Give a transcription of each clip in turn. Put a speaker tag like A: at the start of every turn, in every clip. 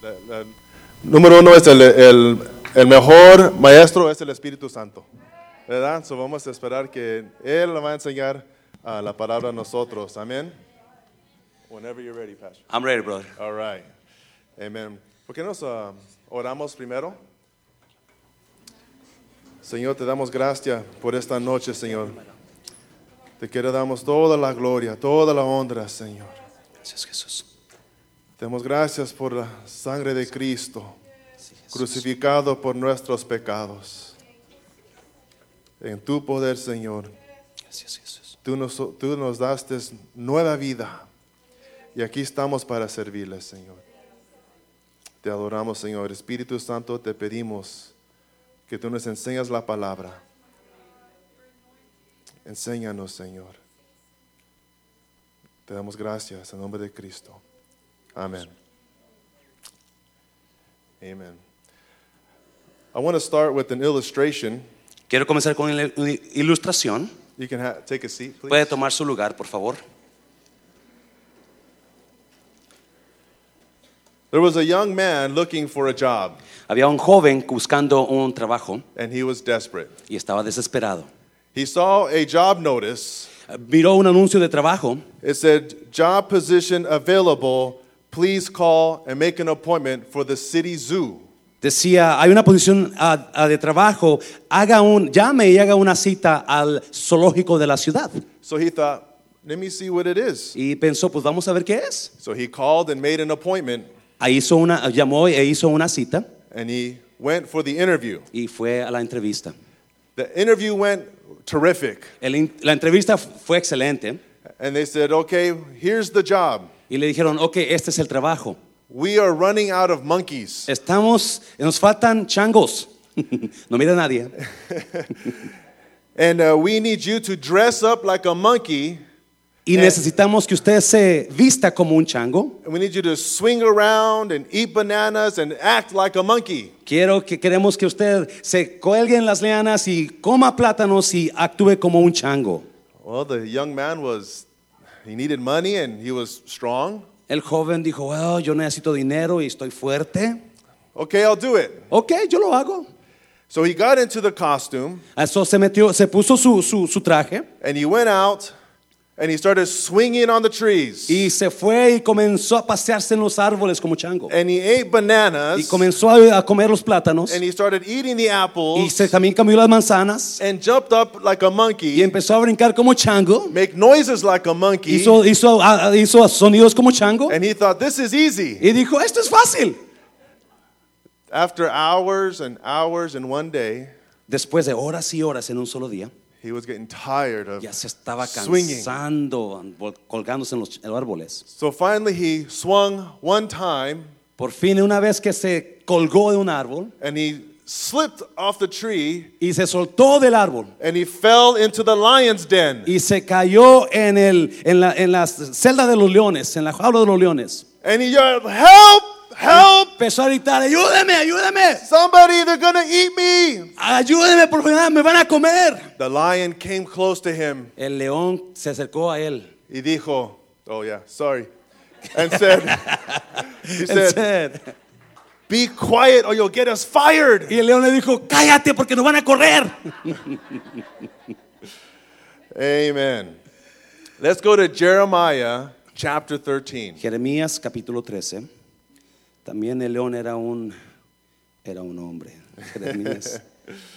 A: La- la- número uno es el, el- el mejor maestro es el Espíritu Santo. ¿Verdad? So vamos a esperar que Él nos va a enseñar ah, la palabra a nosotros. Amén. Whenever you're ready, Pastor.
B: I'm ready, brother.
A: All right. Amen. ¿Por qué nos ah, oramos primero? Señor, te damos gracias por esta noche, Señor. Te quiero damos toda la gloria, toda la honra, Señor.
B: Gracias, Jesús.
A: Te damos gracias por la sangre de Cristo,
B: Sí, Jesús.
A: crucificado por nuestros pecados. En tu poder, Señor,
B: Gracias, Jesús.
A: tú nos, tú nos daste nueva vida. Y aquí estamos para servirle, Señor. Te adoramos, Señor. Espíritu Santo, te pedimos que tú nos enseñas la palabra. Enséñanos, Señor. Te damos gracias en nombre de Cristo. Amén. Amen. I want to start with an illustration.
B: Quiero comenzar con la il- ilustración.
A: You can ha- take a seat, please.
B: Puede tomar su lugar, por favor.
A: There was a young man looking for a job,
B: Había un joven buscando un trabajo
A: and he was desperate.
B: y estaba desesperado.
A: He saw a job notice.
B: Miró un anuncio de trabajo
A: It said, Job position available. Please call and make an appointment for the city zoo.
B: Decía, hay una posición ah, ah, de trabajo, haga un, llame y haga una cita al zoológico de la ciudad.
A: So he thought, let me see what it is.
B: Y pensó, pues vamos a ver qué es.
A: So he called and made an appointment,
B: Ahí hizo una, llamó e hizo una cita
A: and he went for the interview.
B: y fue a la entrevista.
A: The interview went terrific.
B: El in- la entrevista f- fue excelente
A: And they said, okay, here's the job.
B: y le dijeron, ok, este es el trabajo.
A: We are running out of monkeys.
B: Estamos, nos faltan changos. no mira a nadie.
A: And uh, we need you to dress up like a monkey,
B: Y necesitamos que usted se vista como un chango.
A: and we need you to swing around and eat bananas and act like a monkey.
B: Quiero que queremos que usted se cuelgue en las lianas y coma plátanos y actúe como un chango.
A: Well, the young man was, he needed money and he was strong.
B: El joven dijo, "Well, yo necesito dinero y estoy fuerte.
A: Okay, I'll do it.
B: Ok, yo lo hago.
A: So he got into the costume
B: Eso se metió, se puso su, su, su traje
A: and he went out and he started swinging on the trees.
B: y se fue y comenzó a pasearse en los árboles como chango.
A: and he ate
B: Y
A: bananas
B: comenzó a, a comer los plátanos
A: and he started eating the
B: y
A: apples
B: se, también cambió las manzanas
A: and jumped up like a
B: y
A: monkey,
B: empezó a brincar como chango.
A: make noises like a monkey.
B: Hizo, hizo, ah, ah, hizo sonidos como chango
A: and he thought, this is easy.
B: y dijo, esto es fácil.
A: After hours and hours and one day,
B: Después de horas y horas en un solo día,
A: he was getting tired of
B: ya se estaba
A: swinging.
B: cansando, vol- colgándose en los, en los árboles.
A: So finally he swung one time
B: Por fin, una vez que se colgó de un árbol
A: and he slipped off the tree
B: y se soltó del árbol
A: and he fell into the lion's den.
B: y se cayó en, el, en, la, en la celda de los leones, en la jaula de los leones.
A: And he yelled, Help! Help!
B: Empezó a gritar, ayúdeme, ayúdeme,
A: Somebody, they're gonna eat me!
B: ayúdeme, por favor, me van a comer.
A: The lion came close to him.
B: El león se acercó a él.
A: Y dijo, Oh, yeah, sorry. And said, He
B: Él
A: said,
B: said-
A: Be quiet or you'll get us fired.
B: y el león le dijo, cállate porque nos van a correr.
A: Amen. Let's go to Jeremiah chapter 13.
B: Jeremías capítulo 13. También el león era un, era un hombre. Jeremías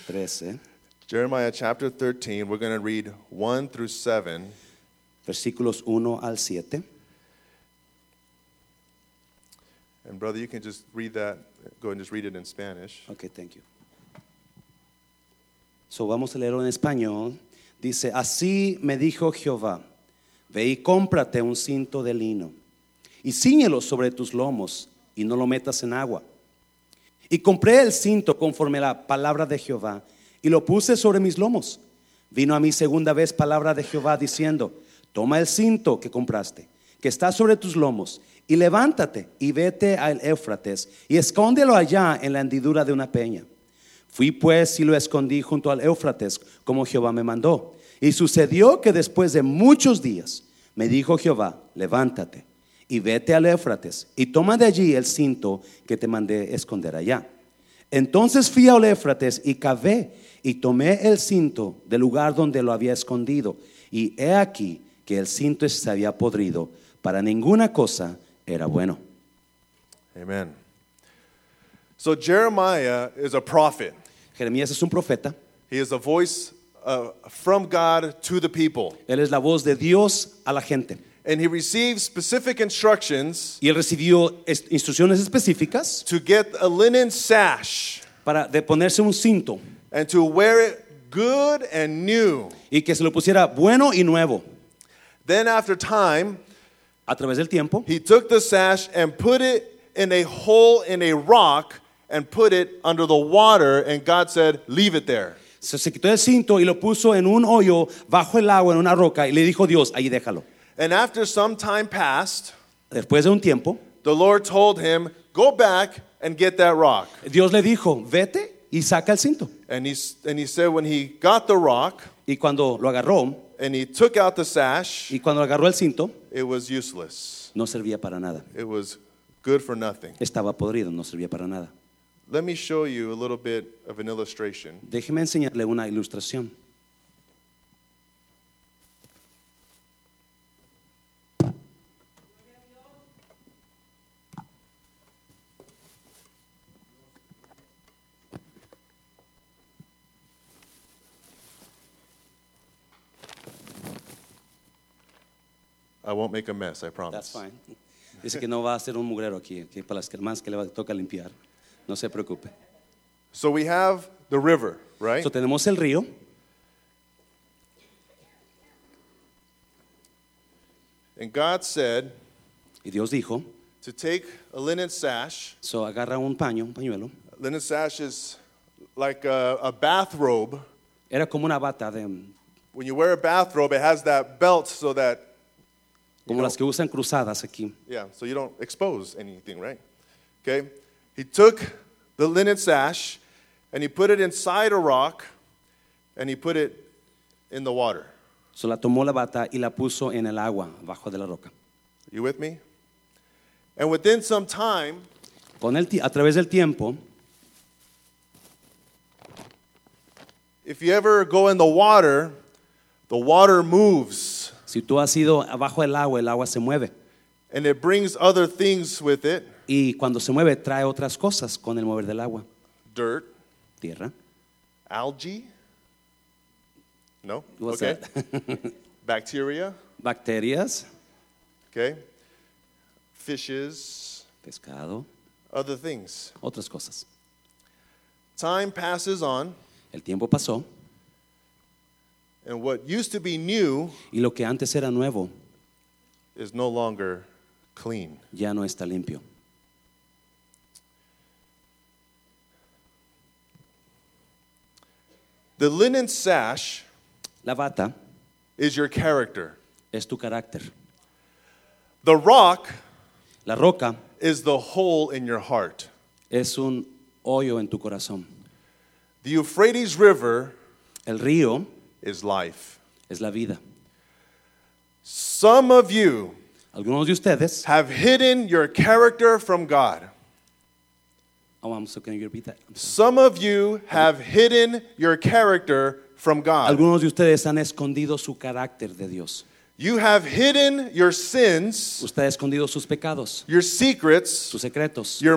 B: 13,
A: Jeremiah chapter 13, we're gonna read 1 through 7.
B: versículos 1 al 7.
A: And brother, you can just read that. Go and just read it in Spanish.
B: Ok, thank you. So vamos a leerlo en español. Dice, así me dijo Jehová, ve y cómprate un cinto de lino y ciñelo sobre tus lomos y no lo metas en agua. Y compré el cinto conforme la palabra de Jehová y lo puse sobre mis lomos. Vino a mí segunda vez palabra de Jehová diciendo, toma el cinto que compraste, que está sobre tus lomos, y levántate y vete al Éufrates y escóndelo allá en la hendidura de una peña. Fui pues y lo escondí junto al Éufrates, como Jehová me mandó. Y sucedió que después de muchos días me dijo Jehová, levántate y vete al Éfrates y toma de allí el cinto que te mandé esconder allá. Entonces fui al Éfrates y cavé y tomé el cinto del lugar donde lo había escondido. Y he aquí que el cinto se había podrido. Para ninguna cosa era bueno.
A: Amen. So Jeremiah is a prophet.
B: Jeremías es un profeta.
A: He is a voice uh, from God to the people.
B: Él es la voz de Dios a la gente.
A: And he receives specific instructions
B: Y él recibió est- instrucciones específicas
A: to get a linen sash
B: para de ponerse un cinto
A: and to wear it good and new.
B: y que se lo pusiera bueno y nuevo.
A: Then, after time,
B: A través del tiempo,
A: he took the sash and put it in a hole in a rock and put it under the water, and God said, Leave it there.
B: se, se quitó el cinto y lo puso en un hoyo bajo el agua, en una roca, y le dijo Dios, ahí déjalo.
A: And after some time passed,
B: Después de un tiempo,
A: the Lord told him, Go back and get that rock.
B: Dios le dijo, vete y saca el cinto.
A: And he, s- and he said, When he got the rock
B: Y cuando lo agarró,
A: and he took out the sash,
B: y cuando agarró el cinto,
A: it was useless.
B: no servía para nada.
A: It was good for nothing.
B: Estaba podrido, no servía para nada.
A: Let me show you a little bit of an illustration.
B: Déjeme enseñarle una ilustración.
A: I won't make a mess, I
B: That's
A: promise.
B: fine. Dice que no va a ser un mugrero aquí, que para las hermanas que le va- toca limpiar. No se preocupe.
A: So we have the river, right?
B: So, tenemos el río.
A: And God said
B: Y Dios dijo,
A: to take a linen sash.
B: so agarra un paño, un pañuelo.
A: Linen sash is like a, a bathrobe.
B: Era como una bata, de, mm,
A: When you wear a bathrobe, it has that belt so that,
B: como las que usan cruzadas aquí.
A: yeah, so you don't expose anything, right? Okay? He took the linen sash and he put it inside a rock and he put it in the water.
B: So, la tomó la bata y la puso en el agua, abajo de la roca.
A: You with me? And within some time,
B: Con el, ti- a través del tiempo,
A: if you ever go in the water, the water moves
B: si tú has ido abajo del agua, el agua se mueve.
A: and it brings other things with it
B: Y cuando se mueve, trae otras cosas con el mover del agua.
A: dirt,
B: Tierra.
A: algae. No?
B: What's
A: okay.
B: that?
A: Bacteria.
B: Bacterias,
A: Okay. Fishes.
B: pescado,
A: Other things.
B: otras cosas.
A: Time passes on,
B: El tiempo pasó
A: and what used to be new
B: y lo que antes era nuevo
A: is no longer clean.
B: ya no está limpio.
A: The linen sash
B: La bata
A: is your character,
B: es tu carácter.
A: the rock
B: La roca
A: is the hole in your heart.
B: es un hoyo en tu corazón.
A: The Euphrates River
B: El río
A: is life.
B: es la vida.
A: Some of you
B: Algunos de ustedes.
A: have hidden your character from God.
B: Oh, I'm so- can you repeat that?
A: Some of you have hidden your character from God.
B: Algunos de ustedes han escondido su carácter de Dios.
A: You have hidden your sins,
B: Usted ha escondido sus pecados,
A: your secrets,
B: sus secretos,
A: your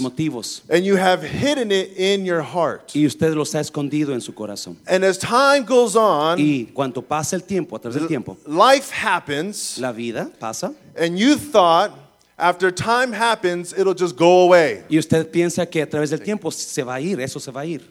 A: motives,
B: motivos.
A: and you have hidden it in your heart.
B: Y usted los ha escondido en su corazón.
A: And as time goes on,
B: Y cuanto pasa el tiempo, a través del tiempo,
A: life happens,
B: la vida pasa.
A: and you thought after time happens, it'll just go away.
B: Y usted piensa que a través del tiempo se va a ir, eso se va a ir.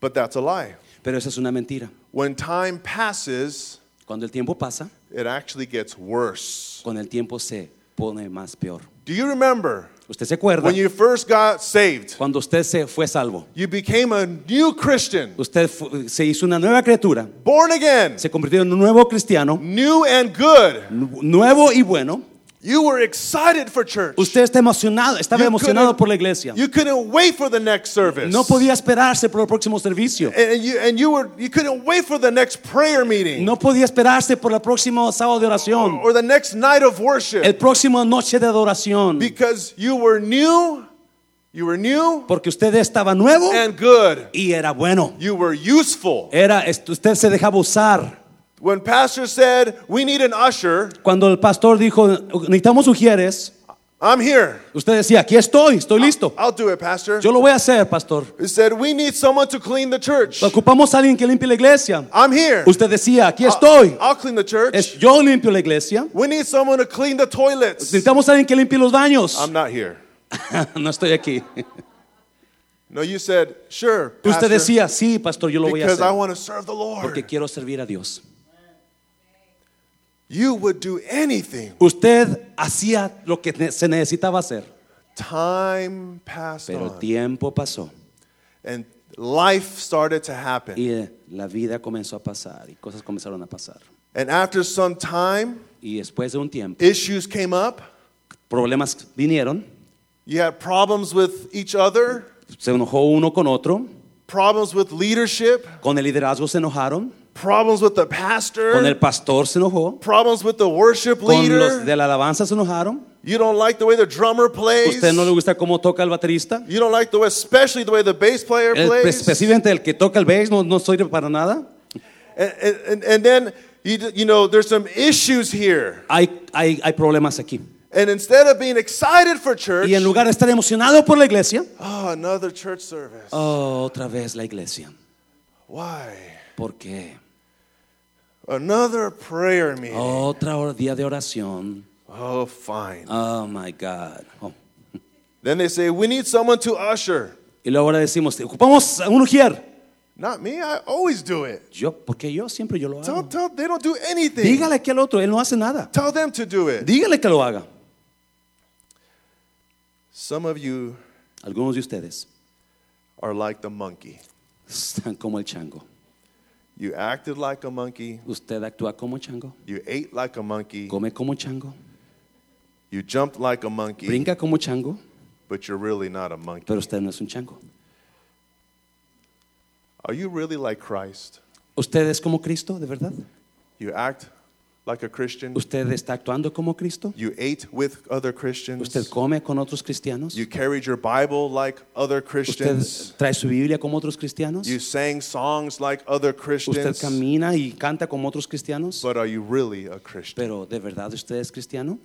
A: But that's a lie.
B: Pero esa es una mentira.
A: When time passes,
B: Cuando el tiempo pasa,
A: it actually gets worse.
B: con el tiempo se pone más peor.
A: Do you remember
B: Usted se acuerda
A: when you first got saved?
B: cuando usted se fue salvo.
A: You became a new Christian.
B: Usted fu- se hizo una nueva criatura,
A: born again,
B: se convirtió en un nuevo cristiano,
A: new and good.
B: nu- nuevo y bueno.
A: You were excited for church.
B: Usted está emocionado, estaba
A: You
B: emocionado
A: couldn't-
B: por la iglesia.
A: You couldn't wait for the next service.
B: No podía esperarse por el próximo servicio.
A: And you and you were you couldn't wait for the next prayer meeting
B: No podía esperarse por el próximo sábado de oración,
A: or the next night of worship
B: el próximo noche de adoración,
A: because you were new, you were new
B: porque usted estaba nuevo
A: and good.
B: y era bueno.
A: You were useful.
B: Era est- usted se dejaba usar.
A: When pastor said, "We need an usher,"
B: Cuando el pastor dijo, "Necesitamos sugieres",
A: I'm here.
B: usted decía, "Aquí estoy, estoy listo.
A: I'll do it, pastor.
B: Yo lo voy a hacer, pastor."
A: He said, "We need someone to clean the church."
B: Ocupamos a alguien que limpie la iglesia.
A: I'm here.
B: Usted decía, "Aquí
A: I'll-
B: estoy."
A: I'll clean the church.
B: Es yo limpio la iglesia.
A: We need someone to clean the toilets.
B: Necesitamos a alguien que limpie los baños.
A: I'm not here.
B: no estoy aquí.
A: No, you said, sure, pastor,
B: Usted decía, "Sí, pastor, yo lo voy a
A: because I
B: hacer."
A: want to serve the Lord.
B: Porque quiero servir a Dios.
A: You would do anything.
B: Usted hacía lo que ne- se necesitaba hacer,
A: Time passed
B: pero
A: on,
B: tiempo pasó
A: and life started to happen.
B: y eh, la vida comenzó a pasar y cosas comenzaron a pasar.
A: And after some time,
B: Y después de un tiempo,
A: issues came up.
B: problemas vinieron,
A: You had problems with each other,
B: se enojó uno con otro,
A: problems with leadership,
B: con el liderazgo se enojaron,
A: problems with the
B: con el
A: pastor,
B: pastor se enojó,
A: problems with the worship
B: con los
A: leader.
B: de la alabanza se enojaron,
A: You don't like the way the drummer plays.
B: usted no le gusta cómo toca el baterista,
A: You don't like the way, especially the way the bass player
B: el
A: plays.
B: presidente, Eh, pues, el que toca el bass, no, no sirve para nada.
A: And, and, and- and then, you, d- you know, there's some issues here.
B: Hay, hay, hay problemas aquí.
A: And instead of being excited for church,
B: Y en lugar de estar emocionado por la iglesia,
A: oh, another church service.
B: oh, otra vez la iglesia.
A: Why?
B: ¿Por qué?
A: Another prayer meeting. Oh,
B: Otra hor- día de oración.
A: fine.
B: Oh my God. Oh.
A: Then they say, we need someone to usher.
B: Y luego ahora decimos, ocupamos a un ujier.
A: Not me, I always do it.
B: Yo, porque yo siempre yo lo
A: Tell,
B: hago.
A: tell, they don't do anything.
B: Dígale aquí al otro, él no hace nada.
A: Tell them to do it.
B: Dígale que lo haga.
A: Some of you
B: Algunos de ustedes
A: are like the monkey.
B: están como el chango.
A: You acted like a monkey.
B: Usted actúa como chango,
A: You ate like a monkey.
B: come como chango,
A: You jumped like a monkey.
B: brinca como chango,
A: But you're really not a monkey.
B: pero usted no es un chango.
A: Are you really like Christ?
B: ¿Usted es como Cristo, de verdad?
A: You act like a Christian.
B: ¿Usted está actuando como Cristo?
A: You ate with other
B: ¿Usted
A: Christians.
B: come con otros cristianos?
A: You carried your Bible like other
B: ¿Usted
A: Christians.
B: trae su Biblia como otros cristianos?
A: You sang songs like other
B: ¿Usted
A: Christians.
B: camina y canta como otros cristianos?
A: But are you really a Christian?
B: Pero ¿de verdad usted es cristiano?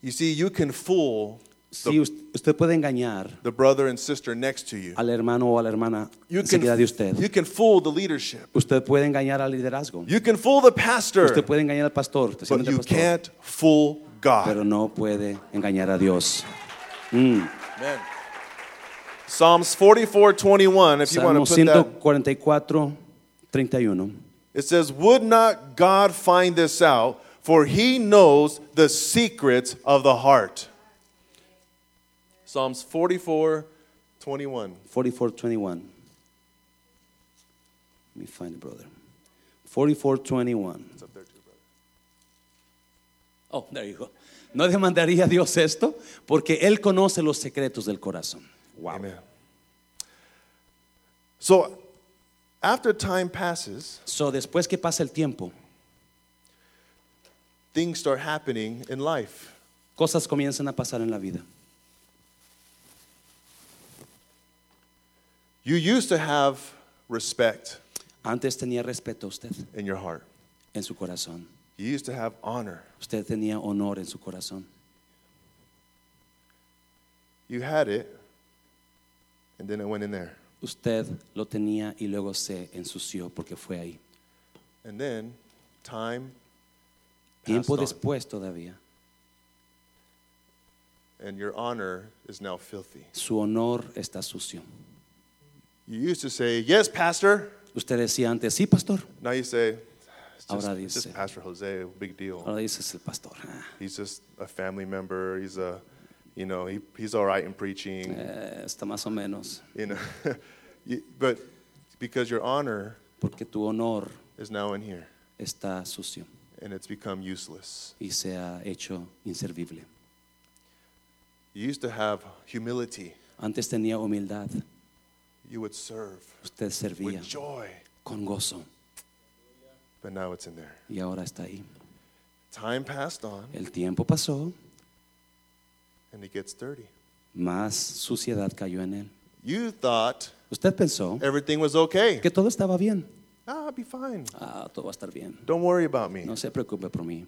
A: You see, you can fool
B: Sí, us- usted puede engañar
A: the brother and sister next to you.
B: al hermano o a la hermana
A: You
B: enseguida
A: can,
B: de usted.
A: you can fool the leadership.
B: Usted puede engañar al liderazgo.
A: You can fool the pastor.
B: Usted puede engañar al pastor,
A: But
B: especialmente al
A: you
B: pastor,
A: can't fool God.
B: pero no puede engañar a Dios.
A: Amen. Psalms 44 21, if you
B: Salmo
A: want to put that
B: 144, 31.
A: It says, Would not God find this out? For he knows the secrets of the heart. Psalms 44 21.
B: 44, 21. Let me find it, brother. 44, 21.
A: It's up there too, brother.
B: Oh, there you go. ¿No demandaría a Dios esto? Porque Él conoce los secretos del corazón.
A: Amen. So, after time passes,
B: So, después que pasa el tiempo,
A: things start happening in life.
B: cosas comienzan a pasar en la vida.
A: You used to have respect
B: Antes tenía respeto a usted
A: in your heart,
B: en su corazón.
A: you used to have honor.
B: Usted tenía honor en su corazón.
A: You had it, and then it went in there.
B: Usted lo tenía y luego se ensució porque fue ahí.
A: And then time passed
B: Tiempo
A: on.
B: después todavía,
A: and your honor is now filthy.
B: su honor está sucio.
A: You used to say, Yes, Pastor.
B: Usted decía antes, sí, pastor.
A: Now you say, It's just,
B: Ahora
A: it's just
B: dice.
A: Pastor Jose, big deal.
B: Ahora dices el pastor. "Ah,
A: He's just a family member. He's a, you know, he, he's all right in preaching,
B: eh, está más o menos.
A: you know. You- but because your honor
B: Porque tu honor
A: is now in here,
B: está sucio.
A: and it's become useless.
B: y se ha hecho inservible.
A: You used to have humility.
B: Antes tenía humildad,
A: You would serve
B: usted servía
A: with joy,
B: con gozo
A: but now it's in there.
B: y ahora está ahí.
A: Time passed on,
B: El tiempo pasó,
A: and it gets dirty.
B: más suciedad cayó en él.
A: You thought
B: Usted pensó
A: everything was okay.
B: que todo estaba bien.
A: Ah, I'll be fine.
B: Ah, todo va a estar bien.
A: Don't worry about me.
B: No se preocupe por mí,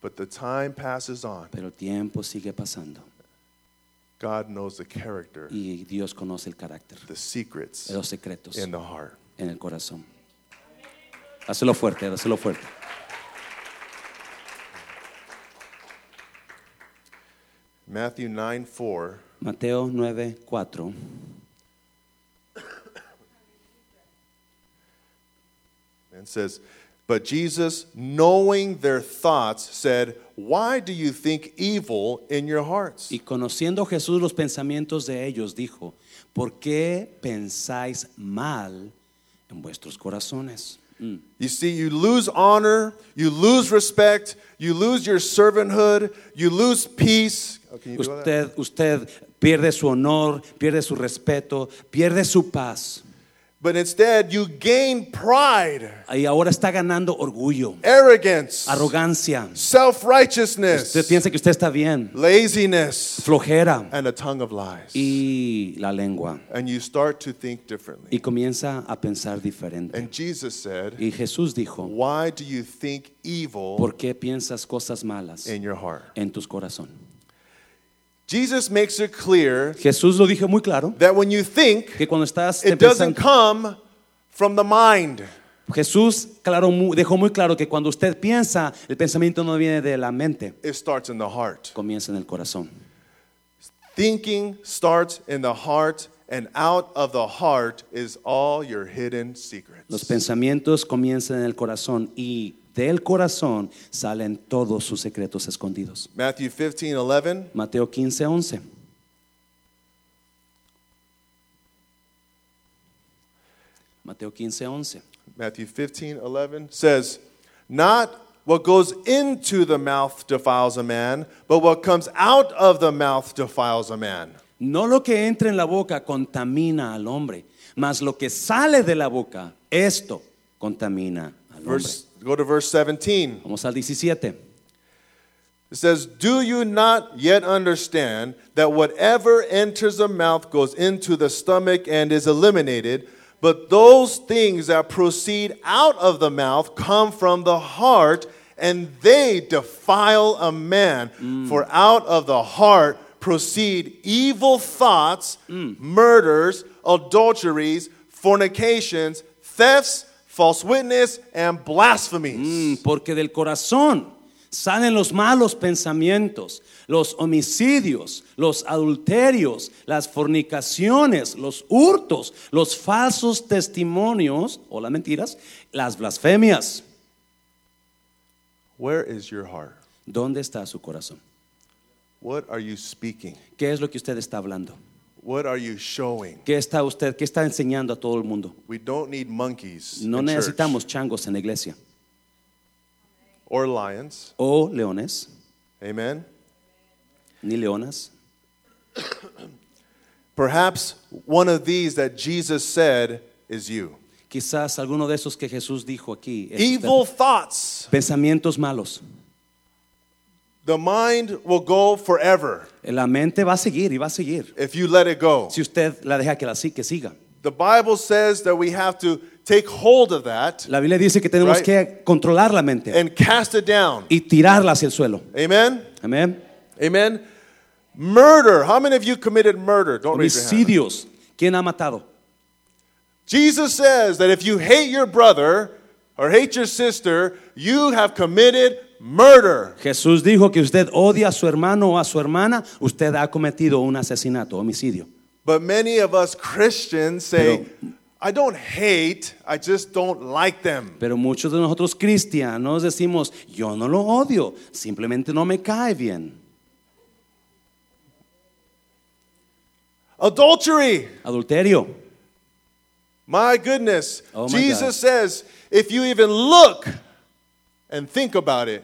A: But the time passes on.
B: pero el tiempo sigue pasando
A: God knows the character,
B: y Dios conoce el carácter,
A: the secrets
B: los secretos
A: in the heart.
B: en el corazón. Hazlo fuerte, hazlo fuerte.
A: Matthew 9 4
B: Mateo 9, 4.
A: and says, But Jesus, knowing their thoughts, said, Why do you think evil in your hearts?
B: Y conociendo Jesús los pensamientos de ellos, dijo, ¿por qué pensáis mal en vuestros corazones? Mm.
A: You see, you lose honor, you lose respect, you lose your servanthood, you lose peace. Oh, can you do all that?
B: Usted, usted pierde su honor, pierde su respeto, pierde su paz.
A: But instead, you gain pride,
B: Y ahora está ganando orgullo,
A: arrogance,
B: arrogancia.
A: self
B: Usted
A: righteousness,
B: piensa que usted está bien,
A: laziness,
B: flojera
A: and a tongue of lies.
B: y la lengua.
A: And you start to think
B: Y
A: differently.
B: comienza a pensar diferente.
A: And Jesus said,
B: Y Jesús dijo,
A: Why do you think evil
B: ¿por qué piensas cosas malas
A: in your heart?
B: en tus corazones?
A: Jesus makes it clear
B: Jesús lo dijo muy claro.
A: that when you think,
B: que cuando estás
A: it doesn't
B: pensando,
A: come from the mind.
B: Jesús claro, mu- dejó muy claro que cuando usted piensa, el pensamiento no viene de la mente,
A: It starts in the heart.
B: comienza en el corazón.
A: Thinking starts in the heart, and out of the heart is all your hidden
B: Los
A: secrets.
B: pensamientos comienzan en el corazón y del corazón salen todos sus secretos escondidos.
A: Matthew 15, 11.
B: Mateo 15, 11. Mateo 15, 11.
A: Matthew 15, 11 says, Not what goes into the mouth defiles a man, but what comes out of the mouth defiles a man.
B: No lo que entra en la boca contamina al hombre, mas lo que sale de la boca, esto contamina al hombre.
A: Verse, go to verse 17.
B: Vamos al 17.
A: It says, Do you not yet understand that whatever enters the mouth goes into the stomach and is eliminated? But those things that proceed out of the mouth come from the heart, and they defile a man. For out of the heart proceed evil thoughts, murders, adulteries, fornications, thefts, false witness, and blasphemies.
B: Porque del corazón salen los malos pensamientos, los homicidios, los adulterios, las fornicaciones, los hurtos, los falsos testimonios o las mentiras, las blasfemias.
A: Where is your heart?
B: ¿Dónde está su corazón?
A: What are you speaking?
B: ¿Qué es lo que usted está hablando?
A: What are you showing?
B: ¿Qué está usted? ¿Qué está enseñando a todo el mundo?
A: We don't need monkeys
B: No
A: in church.
B: necesitamos changos en la iglesia
A: or lions.
B: o leones
A: Amen.
B: ni leonas.
A: Perhaps one of these that Jesus said is you.
B: Quizás alguno de esos que Jesús dijo aquí. es usted.
A: Evil thoughts.
B: Pensamientos malos.
A: The mind will go forever
B: La mente va a seguir y va a seguir.
A: if you let it go.
B: Si usted la deja que, la, si- que siga.
A: The Bible says that we have to take hold of that
B: La Biblia dice que tenemos
A: Right. Eh.
B: que controlar la mente
A: and cast it down.
B: y tirarla hacia el suelo.
A: Amen.
B: Amén.
A: Amen. Murder. How many of you committed murder? Don't raise your hand.
B: Homicidios. ¿Quién ha matado?
A: Jesus says that if you hate your brother or hate your sister, you have committed murder.
B: Jesús dijo que usted odia a su hermano o a su hermana, usted ha cometido un asesinato, homicidio.
A: But many of us Christians say,
B: Pero-
A: I don't hate, I just don't like them.
B: Pero muchos de nosotros cristianos decimos, yo no lo odio, simplemente no me cae bien.
A: Adultery.
B: Adulterio.
A: My goodness.
B: Oh my
A: Jesus
B: God.
A: says, if you even look and think about it,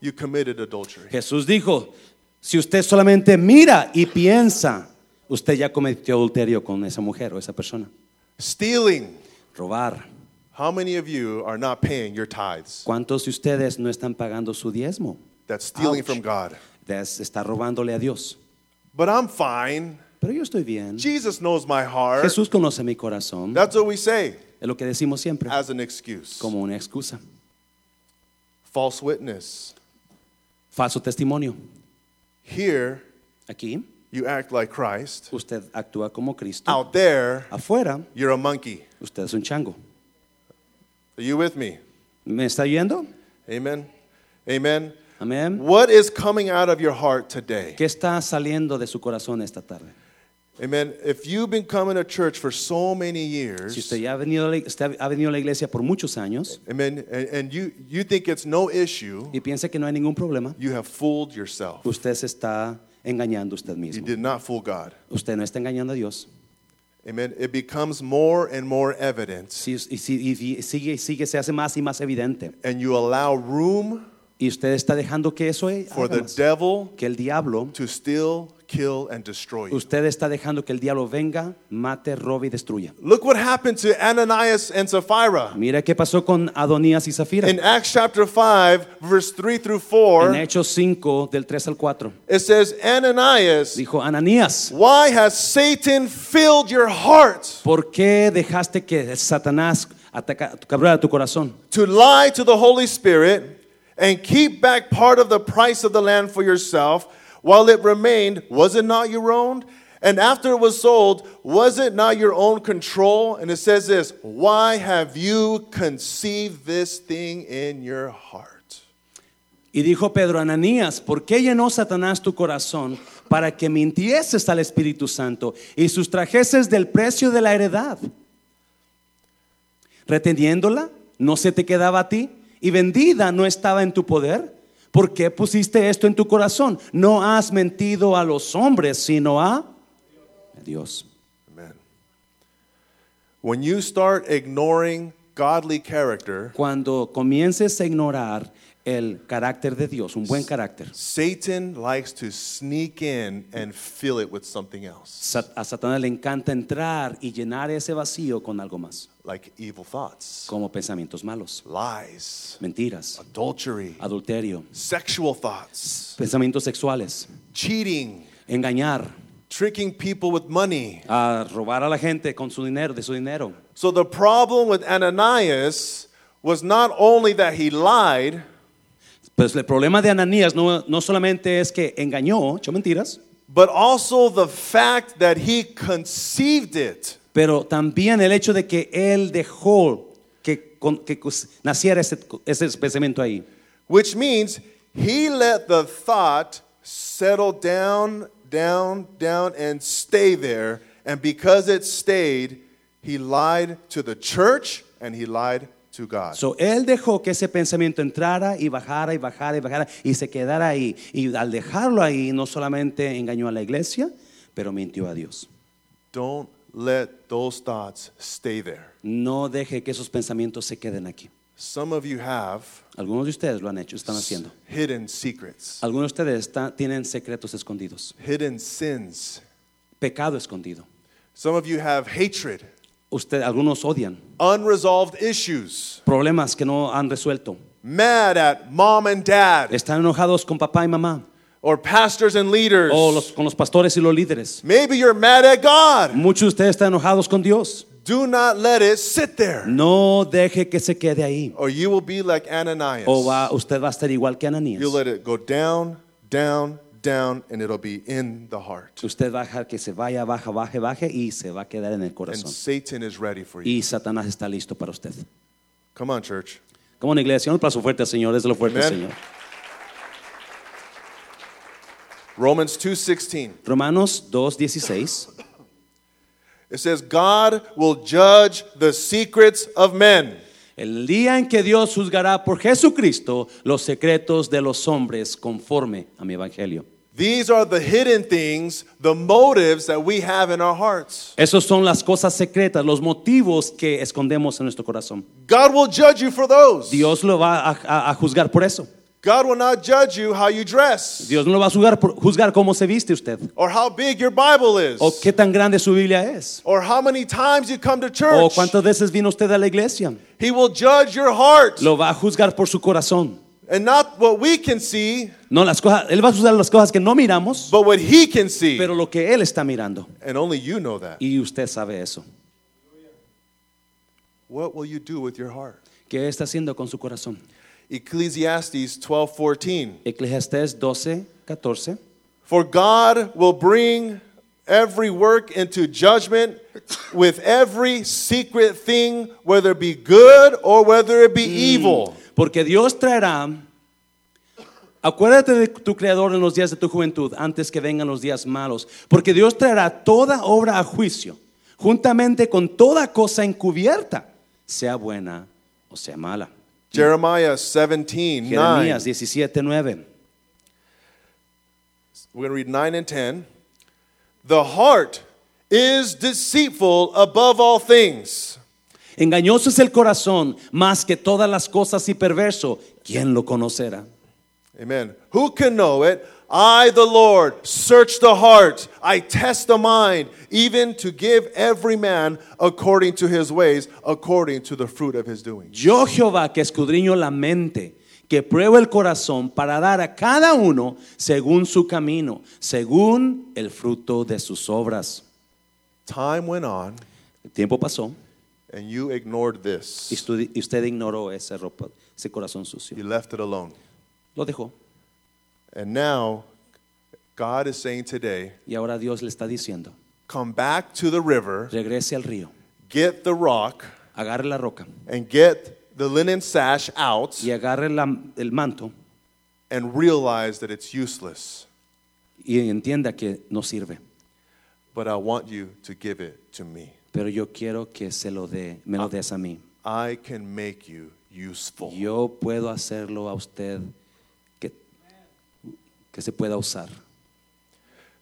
A: you committed adultery.
B: Jesús dijo, si usted solamente mira y piensa, usted ya cometió adulterio con esa mujer o esa persona.
A: Stealing.
B: Robar.
A: How many of you are not paying your tithes?
B: ¿Cuántos de ustedes no están pagando su diezmo?
A: That's stealing
B: Ouch.
A: from God.
B: Les Está robándole a Dios.
A: But I'm fine.
B: Pero yo estoy bien.
A: Jesus knows my heart.
B: Jesús conoce mi corazón.
A: That's what we say
B: Es lo que decimos siempre,
A: as an excuse.
B: como una excusa.
A: False witness.
B: Falso testimonio.
A: Here,
B: Aquí
A: you act like Christ.
B: usted actúa como Cristo.
A: Out there,
B: Afuera
A: you're a monkey.
B: usted es un chango.
A: Are you with me?
B: ¿Me está oyendo?
A: Amen. Amen.
B: Amén.
A: What is coming out of your heart today?
B: ¿Qué está saliendo de su corazón esta tarde?
A: Amen. If you've been coming to church for so many
B: Si usted
A: years,
B: ya ha venido, a la- usted ha venido a la iglesia por muchos años
A: amen, and, and you, you think it's no issue,
B: y piensa que no hay ningún problema,
A: you have fooled yourself.
B: usted se está engañando usted
A: You
B: mismo.
A: did not fool God.
B: Usted no está engañando a Dios.
A: Amen. It becomes more and more evident,
B: Si- y, si- y- y sigue y sigue, se hace más y más evidente.
A: and you allow room
B: Y usted está dejando que eso eh, haga
A: for the
B: más.
A: devil
B: que el diablo,
A: to steal, kill, and destroy you.
B: usted está dejando que el diablo venga, mate, robe y destruya.
A: Look what happened to Ananias and Sapphira.
B: Mira qué pasó con Adonías y Zafira.
A: In
B: En,
A: Acts chapter 5, verse 3 through 4,
B: Hechos 5, del 3 al 4,
A: it says, Ananias,
B: dijo Ananías,
A: why has Satan filled your heart
B: ¿por qué dejaste que Satanás ataca, cabrara tu corazón?
A: to lie to the Holy Spirit and keep back part of the price of the land for yourself while it remained? Was it not your own? And after it was sold, was it not your own control? And it says this, why have you conceived this thing in your heart?
B: Y dijo Pedro, Ananías, ¿por qué llenó Satanás tu corazón para que mintieses al Espíritu Santo y sustrajeses del precio de la heredad? Reteniéndola, ¿no se te quedaba a ti? ¿Y vendida no estaba en tu poder? ¿Por qué pusiste esto en tu corazón? No has mentido a los hombres, sino a Dios.
A: Amen. When you start ignoring godly character,
B: Cuando comiences a ignorar el carácter de Dios, un buen carácter,
A: Satan likes to sneak in and fill it with something else,
B: Sat- A Satanás le encanta entrar y llenar ese vacío con algo más,
A: like evil thoughts,
B: como pensamientos malos,
A: lies,
B: mentiras,
A: adultery,
B: adulterio,
A: sexual thoughts,
B: pensamientos sexuales,
A: cheating,
B: engañar,
A: tricking people with money.
B: a robar a la gente con su dinero, de su dinero.
A: So the problem with Ananias was not only that he lied,
B: Pues el problema de Ananías no, no solamente es que engañó, echó mentiras,
A: but also the fact that he conceived it.
B: pero también el hecho de que él dejó que, con- que cus- naciera ese, ese pensamiento ahí.
A: Which means he let the thought settle down, down, down, and stay there. And because it stayed, he lied to the church and he lied to God.
B: So, él dejó que ese pensamiento entrara y bajara y bajara y bajara y se quedara ahí. Y al dejarlo ahí, no solamente engañó a la iglesia, pero mintió a Dios.
A: Don't let those thoughts stay there.
B: No deje que esos pensamientos se queden aquí.
A: Some of you have
B: Algunos de ustedes lo han hecho, están haciendo.
A: hidden secrets,
B: Algunos de ustedes está- tienen secretos escondidos,
A: hidden sins.
B: pecado escondido.
A: Some of you have hatred,
B: Usted, algunos odian
A: unresolved issues,
B: problemas que no han resuelto.
A: mad at mom and dad,
B: Están enojados con papá y mamá
A: or pastors and leaders.
B: o los- con los pastores y los líderes.
A: Maybe you're mad at God.
B: Muchos de ustedes están enojados con Dios.
A: Do not let it sit there,
B: No deje que se quede ahí.
A: or you will be like Ananias.
B: O va, usted va a estar igual que Ananías.
A: You'll let it go down, down, down, and it'll be in the heart.
B: Usted va a dejar que se vaya, baja, baje, baje y se va a quedar en el
A: And
B: corazón.
A: Satan is ready for you.
B: Y Satanás está listo para usted.
A: Come on, church.
B: Como una iglesia, un plazo fuerte, al Señor, es lo fuerte, al
A: Amén.
B: Señor.
A: Romans 2:16.
B: Romanos 2:16
A: It says, "God will judge the secrets of men."
B: El día en que Dios juzgará por Jesucristo los secretos de los hombres conforme a mi evangelio.
A: These are the hidden things, the motives that we have in our hearts.
B: Esas son las cosas secretas, los motivos que escondemos en nuestro corazón.
A: God will judge you for those.
B: Dios lo va a, a- a juzgar por eso.
A: God will not judge you how you dress
B: Dios no lo va a juzgar, por- juzgar cómo se viste usted,
A: or how big your Bible is
B: o qué tan grande su Biblia es,
A: or how many times you come to
B: o
A: church.
B: Oh, cuántas veces vino usted a la iglesia.
A: He will judge your heart
B: Lo va a juzgar por su corazón.
A: and not what we can see,
B: No las cosas, él va a juzgar las cosas que no miramos,
A: but what He can see.
B: pero lo que él está mirando.
A: And only you know that.
B: Y usted sabe eso.
A: What will you do with your heart?
B: ¿Qué está haciendo con su corazón?
A: Ecclesiastes 12:14.
B: Eclesiastés 12, 14.
A: For God will bring every work into judgment with every secret thing, whether it be good or whether it be evil.
B: Porque Dios traerá, acuérdate de tu Creador en los días de tu juventud, antes que vengan los días malos. Porque Dios traerá toda obra a juicio, juntamente con toda cosa encubierta, sea buena o sea mala.
A: Jeremiah 17, 9.
B: Jeremías 17, 9.
A: We're going to read 9 and 10. The heart is deceitful above all things
B: Engañoso es el corazón, más que todas las cosas y perverso. ¿Quién lo conocerá?
A: Amen. Who can know it? I, the Lord, search the heart. I test the mind, even to give every man according to his ways, according to the fruit of his doing.
B: Yo Jehová que escudriño la mente, que pruebo el corazón para dar a cada uno según su camino, según el fruto de sus obras.
A: Time went on,
B: El tiempo pasó
A: and you ignored
B: y
A: this.
B: estu- y usted ignoró ese, ropa- ese corazón sucio.
A: You left it alone.
B: Lo dejó.
A: And now, God is saying today
B: Y ahora Dios le está diciendo,
A: come back to the river,
B: regrese al río,
A: get the rock,
B: agarre la roca
A: and get the linen sash out,
B: y agarre la- el manto
A: and realize that it's useless.
B: y entienda que no sirve.
A: But I want you to give it to me.
B: Pero yo quiero que se lo dé, me lo des a mí.
A: I can make you useful.
B: Yo puedo hacerlo a usted que, que se pueda usar.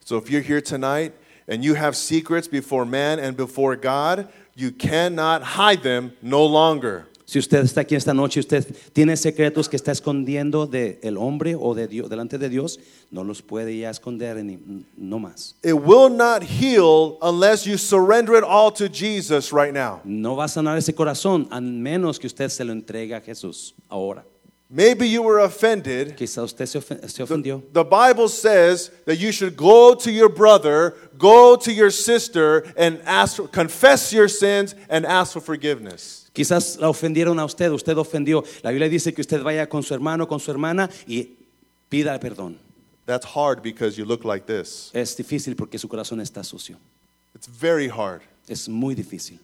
A: So if you're here tonight and you have secrets before man and before God, you cannot hide them no longer.
B: Si usted está aquí esta noche, usted tiene secretos que está escondiendo del hombre o de Dios, delante de Dios, no los puede ya esconder ni, no más.
A: It will not heal unless you surrender it all to Jesus right now.
B: No va a sanar ese corazón a menos que usted se lo entregue a Jesús ahora.
A: Maybe you were offended.
B: Quizá usted se, ofen- se
A: The,
B: ofendió.
A: the Bible says that you should go to your brother, go to your sister, and ask, confess your sins and ask for forgiveness.
B: Quizás la ofendieron a usted, usted ofendió. La Biblia dice que usted vaya con su hermano, con su hermana y pida perdón.
A: That's hard because you look like this.
B: Es difícil porque su corazón está sucio.
A: It's very hard.
B: Es muy difícil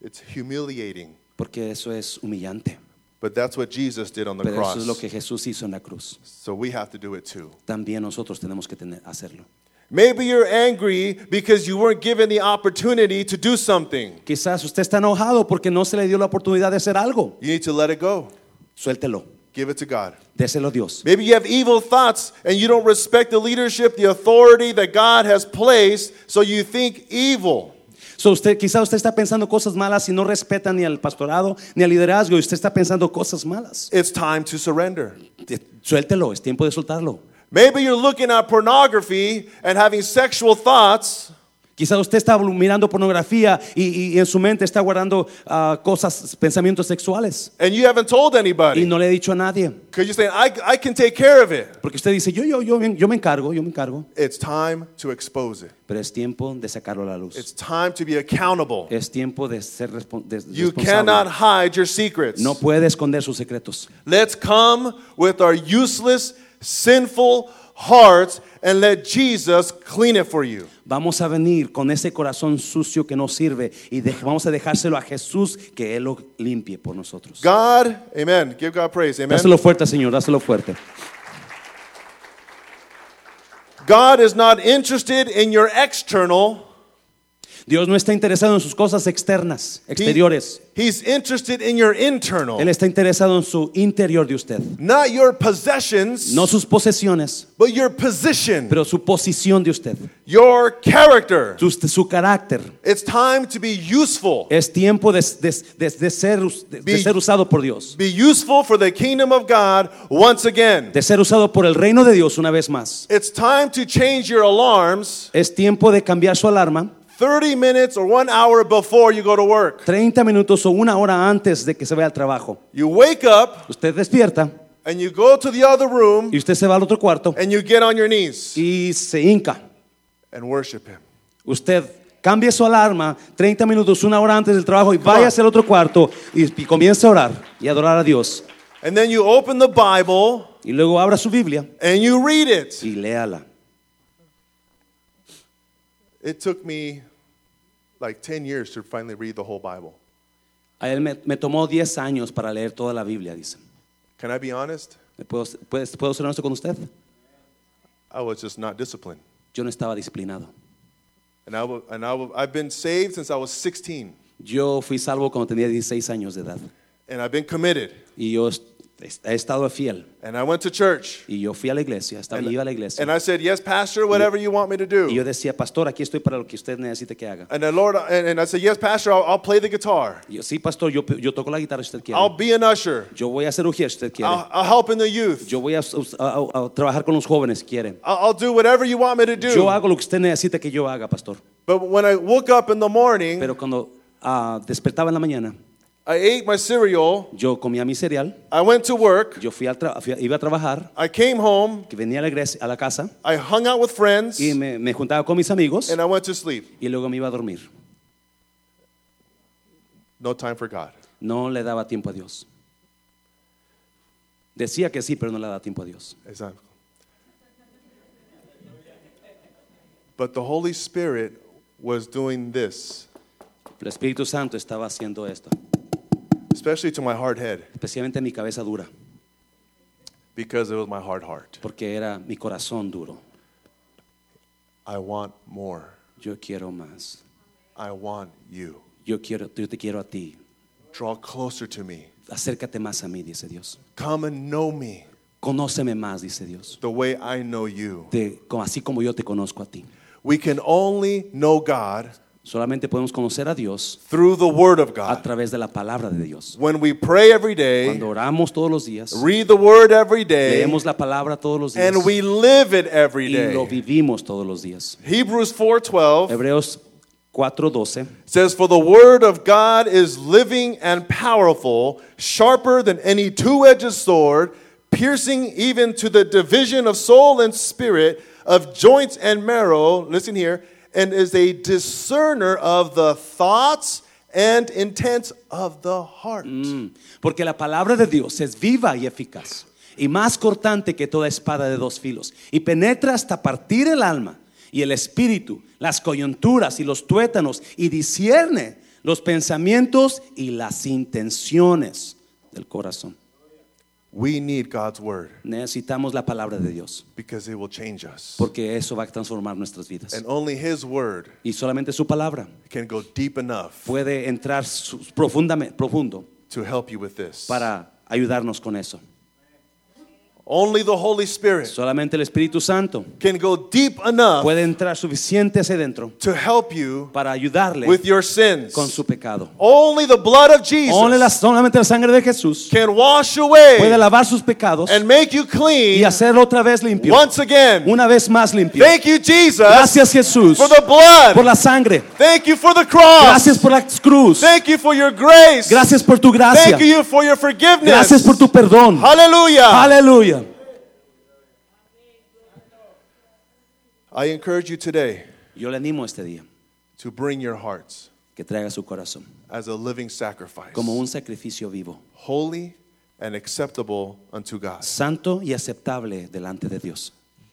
A: It's humiliating.
B: porque eso es humillante.
A: But that's what Jesus did on the
B: Pero
A: cross.
B: eso es lo que Jesús hizo en la cruz.
A: So we have to do it too.
B: También nosotros tenemos que tener, hacerlo.
A: Maybe you're angry because you weren't given the opportunity to do something.
B: Quizás usted está enojado porque no se le dio la oportunidad de hacer algo.
A: You need to let it go.
B: Suéltelo,
A: Give it to God.
B: déselo a Dios.
A: Maybe you have evil thoughts and you don't respect the leadership, the authority that God has placed, so you think evil.
B: So usted, quizás usted está pensando cosas malas y no respeta ni al pastorado ni al liderazgo y usted está pensando cosas malas.
A: It's time to surrender.
B: Eh, Suéltelo, es tiempo de soltarlo.
A: Maybe you're looking at pornography and having sexual thoughts,
B: Quizás usted está mirando pornografía y, y en su mente está guardando ah, cosas, pensamientos sexuales
A: and you haven't told
B: y
A: anybody
B: no le he dicho a nadie.
A: because you're saying, I, I can take care of it.
B: Porque usted dice, yo, yo, yo, me- yo me encargo, yo me encargo.
A: It's time to expose it.
B: Pero es tiempo de sacarlo a la luz.
A: It's time to be accountable.
B: es tiempo de ser respon- de-
A: You
B: Eh, responsable.
A: cannot hide your secrets.
B: No puede esconder sus secretos.
A: Let's come with our useless, sinful hearts and let Jesus clean it for you.
B: Vamos a venir con ese corazón sucio que no sirve y dej- vamos a dejárselo a Jesús que Él lo limpie por nosotros.
A: God, amen. Give God praise. Amen.
B: Dáselo fuerte, Señor, dáselo fuerte.
A: God is not interested in your external,
B: Dios no está interesado en sus cosas externas,
A: He-
B: exteriores.
A: he's interested in your internal,
B: Él está interesado en su interior de usted.
A: not your possessions,
B: No sus posesiones,
A: but your position,
B: pero su posición de usted.
A: your character.
B: Su, su carácter.
A: It's time to be useful.
B: Es tiempo de, de- de- de ser, us- de- de
A: Be-
B: ser usado por Dios.
A: Be useful for the kingdom of God once again.
B: De ser usado por el reino de Dios una vez más.
A: It's time to change your alarms
B: Es tiempo de cambiar su alarma
A: 30 minutes or one hour before you go to work.
B: 30 minutos o una hora antes de que se vaya al trabajo.
A: You wake up
B: Usted despierta
A: and you go to the other room
B: y usted se va al otro cuarto
A: and you get on your knees
B: y se hinca.
A: and worship Him.
B: Usted cambie su alarma 30 minutos, una hora antes del trabajo y váyase al otro cuarto y, y comience a orar y adorar a Dios.
A: And then you open the Bible
B: Y luego abra su Biblia
A: and you read it.
B: y léala.
A: It took me like 10 years to finally read the whole Bible.
B: A él me, me tomó 10 años para leer toda la Biblia, dice.
A: Can I be honest?
B: ¿Me ¿Puedo, puedes- ¿Puedo ser honesto con usted?
A: I was just not disciplined.
B: Yo no estaba disciplinado.
A: And, I wa- and I wa- I've been saved since I was 16,
B: Yo fui salvo cuando tenía 16 años de edad.
A: and I've been committed.
B: Y yo est- he estado fiel.
A: And I went to church.
B: Y yo fui a la iglesia, estaba,
A: And-
B: iba a la iglesia.
A: And I said, Yes, Pastor, whatever you want me to do.
B: Y yo decía, pastor, aquí estoy para lo que usted necesite que haga.
A: And the Lord, and, and I said, yes, Pastor, I'll, I'll play the guitar.
B: Y yo, sí, pastor, yo, yo toco la guitarra si usted quiere.
A: I'll be an usher.
B: Yo voy a ser ujier si usted quiere.
A: I'll, I'll help in the youth.
B: Yo voy a, a- a- a trabajar con los jóvenes si quieren.
A: I'll, I'll do whatever you want me to
B: Yo
A: do.
B: hago lo que usted necesite que yo haga, pastor.
A: But when I woke up in the morning,
B: Pero cuando ah, despertaba en la mañana,
A: I ate my cereal.
B: yo comía mi cereal,
A: I went to work.
B: yo fui al tra- fui a- iba a trabajar,
A: I came home.
B: que venía a la, iglesia- a la casa
A: I hung out with friends.
B: y me, me juntaba con mis amigos
A: And I went to sleep.
B: y luego me iba a dormir.
A: No time for God.
B: No le daba tiempo a Dios. Decía que sí, pero no le daba tiempo a Dios.
A: Exactly. But the Holy Spirit was doing this,
B: El Espíritu Santo estaba haciendo esto,
A: especially to my hard head,
B: especialmente mi cabeza dura,
A: because it was my hard heart.
B: porque era mi corazón duro.
A: I want more.
B: Yo quiero más.
A: I want you.
B: Yo quiero, yo te quiero a ti.
A: Draw closer to me.
B: Acércate más a mí, dice Dios.
A: Come and know me
B: Conóceme más, dice Dios.
A: the way I know you.
B: Te- como- así como yo te conozco a ti.
A: We can only know God
B: Solamente podemos conocer a Dios
A: through the Word of
B: a
A: God.
B: través de la palabra de Dios.
A: When we pray every day,
B: Cuando oramos todos los días,
A: read the Word every day,
B: leemos la palabra todos los días
A: and we live it every
B: y lo
A: day.
B: vivimos todos los días.
A: Hebrews 4:12
B: Hebreos 4:12
A: says for the word of God is living and powerful, sharper than any two-edged sword, piercing even to the division of soul and spirit, of joints and marrow, listen here, and is a discerner of the thoughts and intents of the heart.
B: Mm. Porque la palabra de Dios es viva y eficaz y más cortante que toda espada de dos filos y penetra hasta partir el alma y el espíritu, las coyunturas y los tuétanos y discierne los pensamientos y las intenciones del corazón.
A: We need God's word
B: Necesitamos la palabra de Dios
A: because it will change us.
B: porque eso va a transformar nuestras vidas.
A: And only his word
B: Y solamente su palabra
A: can go deep enough
B: puede entrar su- profundamente, profundo
A: to help you with this.
B: para ayudarnos con eso.
A: Only the Holy Spirit
B: Solamente el Espíritu Santo
A: can go deep enough
B: puede entrar suficiente hacia adentro
A: to help you
B: para ayudarle
A: with your sins.
B: con su pecado.
A: Only the blood of Jesus
B: Only la- solamente la sangre de Jesús
A: can wash
B: puede
A: away
B: lavar sus pecados
A: and make you
B: y
A: clean
B: hacerlo otra vez limpio.
A: once again.
B: Una vez más limpio.
A: Thank you, Jesus,
B: Gracias Jesús
A: for the
B: por
A: blood.
B: la sangre.
A: Thank you for the cross.
B: Gracias por la cruz.
A: Thank you for your grace.
B: Gracias por tu gracia.
A: Thank you for your forgiveness.
B: Gracias por tu perdón.
A: Hallelujah.
B: Aleluya.
A: I encourage you today
B: Yo le animo este día
A: to bring your hearts
B: que traiga su corazón
A: as a living sacrifice,
B: como un sacrificio vivo,
A: holy and acceptable unto God.
B: santo y aceptable delante de Dios.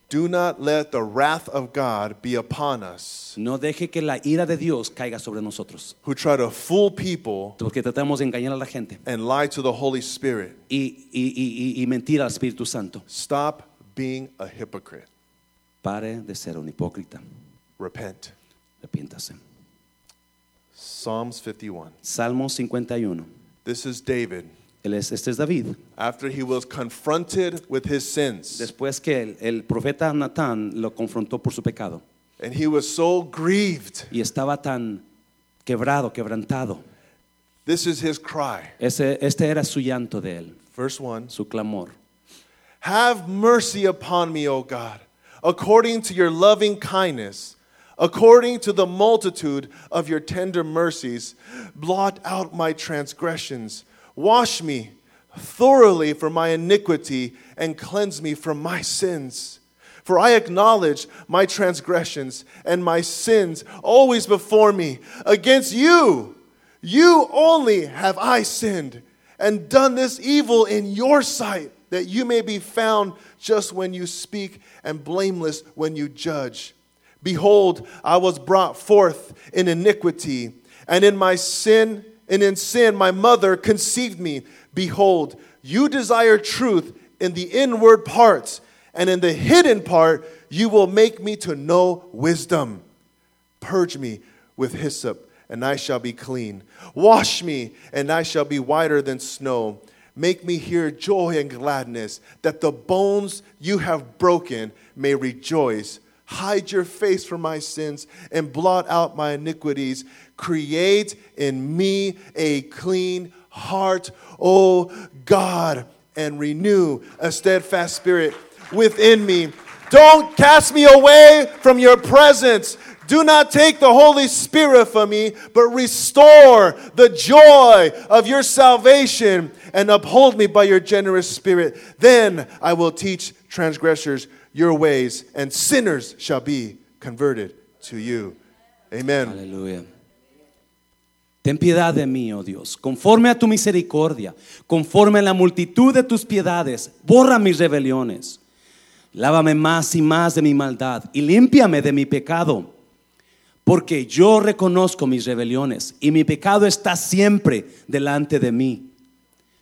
A: Do not let the wrath of God be upon us
B: No deje que la ira de Dios caiga sobre nosotros,
A: who try to fool people
B: porque tratamos de engañar a la gente.
A: and lie to the Holy Spirit.
B: y, y- y- y- y mentir al Espíritu Santo.
A: Stop being a hypocrite.
B: Pare de ser un hipócrita.
A: Repent.
B: Arrepiéntase.
A: Psalms 51.
B: Salmo 51.
A: This is David
B: Él es, este es David.
A: after he was confronted with his sins.
B: Después que el, el profeta Natán lo confrontó por su pecado
A: And he was so grieved.
B: y estaba tan quebrado, quebrantado.
A: This is his cry.
B: Ese, este era su llanto de él,
A: Verse 1
B: su clamor.
A: Have mercy upon me, O God, according to your loving kindness, according to the multitude of your tender mercies. Blot out my transgressions. Wash me thoroughly from my iniquity and cleanse me from my sins. For I acknowledge my transgressions and my sins always before me. Against you, you only have I sinned and done this evil in your sight, that you may be found just when you speak and blameless when you judge. Behold, I was brought forth in iniquity, and in my sin, and in sin my mother conceived me. Behold, you desire truth in the inward parts, and in the hidden part you will make me to know wisdom. Purge me with hyssop, and I shall be clean. Wash me, and I shall be whiter than snow. Make me hear joy and gladness, that the bones you have broken may rejoice. Hide your face from my sins and blot out my iniquities. Create in me a clean heart, O God, and renew a steadfast spirit within me. Don't cast me away from your presence. Do not take the Holy Spirit from me, but restore the joy of your salvation and uphold me by your generous spirit. Then I will teach transgressors your ways, and sinners shall be converted to you. Amen.
B: Aleluya. Ten piedad de mí, oh Dios, conforme a tu misericordia, conforme a la multitud de tus piedades, borra mis rebeliones. Lávame más y más de mi maldad y límpiame de mi pecado, porque yo reconozco mis rebeliones y mi pecado está siempre delante de mí.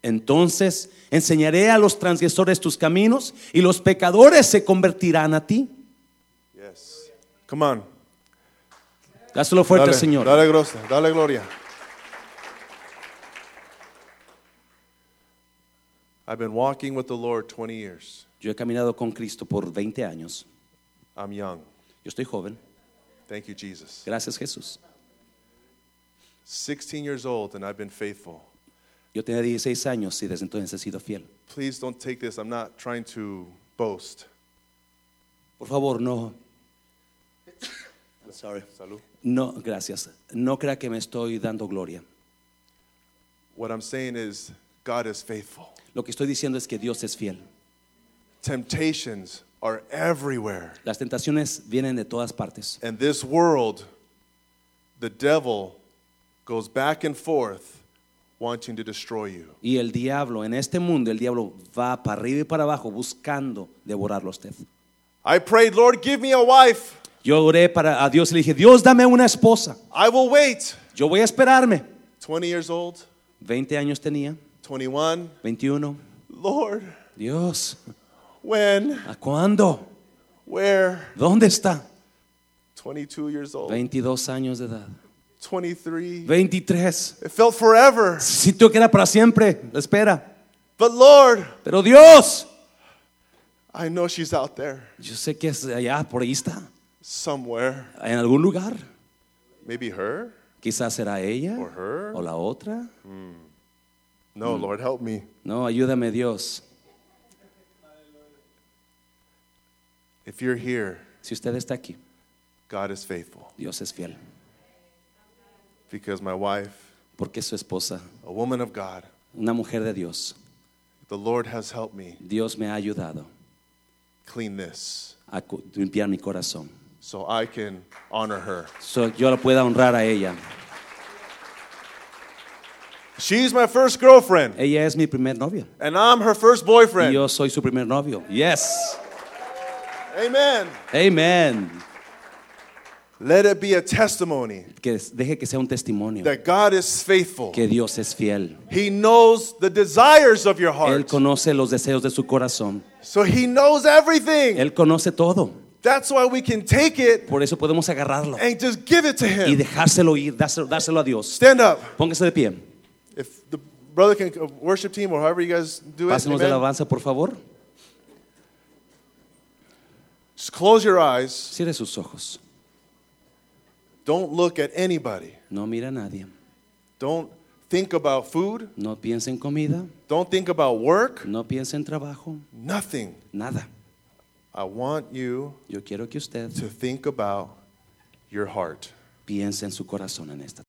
B: Entonces enseñaré a los transgresores tus caminos y los pecadores se convertirán a ti.
A: Yes. Come on.
B: Dáselo fuerte,
A: dale,
B: al Señor.
A: Dale, grosa, dale gloria. I've been walking with the Lord 20 years.
B: Yo he caminado con Cristo por 20 años.
A: I'm young.
B: Yo estoy joven.
A: Thank you, Jesus.
B: Gracias, Jesús.
A: 16 years old, and I've been faithful.
B: Yo tenía 16 años y desde entonces he sido fiel.
A: Please don't take this. I'm not trying to boast.
B: Por favor, no. I'm sorry.
A: Salud.
B: No, gracias. No crea que me estoy dando gloria.
A: What I'm saying is, God is faithful.
B: Lo que estoy diciendo es que Dios es fiel.
A: Temptations are everywhere.
B: Las tentaciones vienen de todas partes.
A: And this world, the devil goes back and forth wanting to destroy you.
B: Y el diablo, en este mundo, el diablo va para arriba y para abajo buscando devorarlo a usted.
A: I prayed, Lord, give me a wife.
B: Yo oré para a Dios y le dije, Dios, dame una esposa.
A: I will wait.
B: Yo voy a esperarme.
A: 20 years old,
B: 20 años tenía,
A: 21.
B: 21.
A: Lord,
B: Dios,
A: when?
B: ¿a cuándo?
A: Where?
B: ¿Dónde está?
A: 22 years old,
B: 22 años de edad.
A: 23.
B: 23.
A: It felt forever.
B: Sitio que era para siempre, la espera.
A: But Lord,
B: Pero Dios,
A: I know she's out there
B: yo sé que es allá, por ahí está,
A: somewhere.
B: en algún lugar.
A: Maybe her?
B: Quizás será ella
A: Or her.
B: o la otra.
A: No, Lord, help me.
B: No, ayúdame Dios.
A: If you're here,
B: Si usted está aquí,
A: God is faithful
B: Dios es fiel.
A: because my wife,
B: Porque es su esposa,
A: a woman of God,
B: una mujer de Dios.
A: the Lord has helped me
B: Dios me ha ayudado
A: clean this
B: a cu- limpiar mi corazón.
A: so I can honor her.
B: So, yo la pueda honrar a ella.
A: She's my first girlfriend,
B: Ella es mi primer novia.
A: and I'm her first
B: Y
A: boyfriend.
B: yo soy su primer novio. Yes.
A: Amen.
B: Amen.
A: Let it be a testimony
B: Que es- deje que sea un testimonio.
A: that God is faithful.
B: Que Dios es fiel.
A: He knows the desires of your
B: Él
A: heart.
B: conoce los deseos de su corazón.
A: So he knows everything.
B: Él conoce todo.
A: That's why we can take it
B: Por eso podemos agarrarlo
A: and just give it to
B: y
A: him.
B: dejárselo ir, dárselo, dárselo a Dios.
A: Stand up.
B: Póngase de pie.
A: If the brother can uh, worship team or however you guys do it,
B: Pásenos de
A: amen.
B: alabanza, por favor.
A: just close your eyes.
B: Cierre sus ojos.
A: Don't look at anybody.
B: No mira a nadie.
A: Don't think about food.
B: No piensa en comida.
A: Don't think about work.
B: No piensa en trabajo.
A: Nothing.
B: Nada.
A: I want you
B: Yo quiero que usted
A: to think about your heart.
B: piense en su corazón en esta.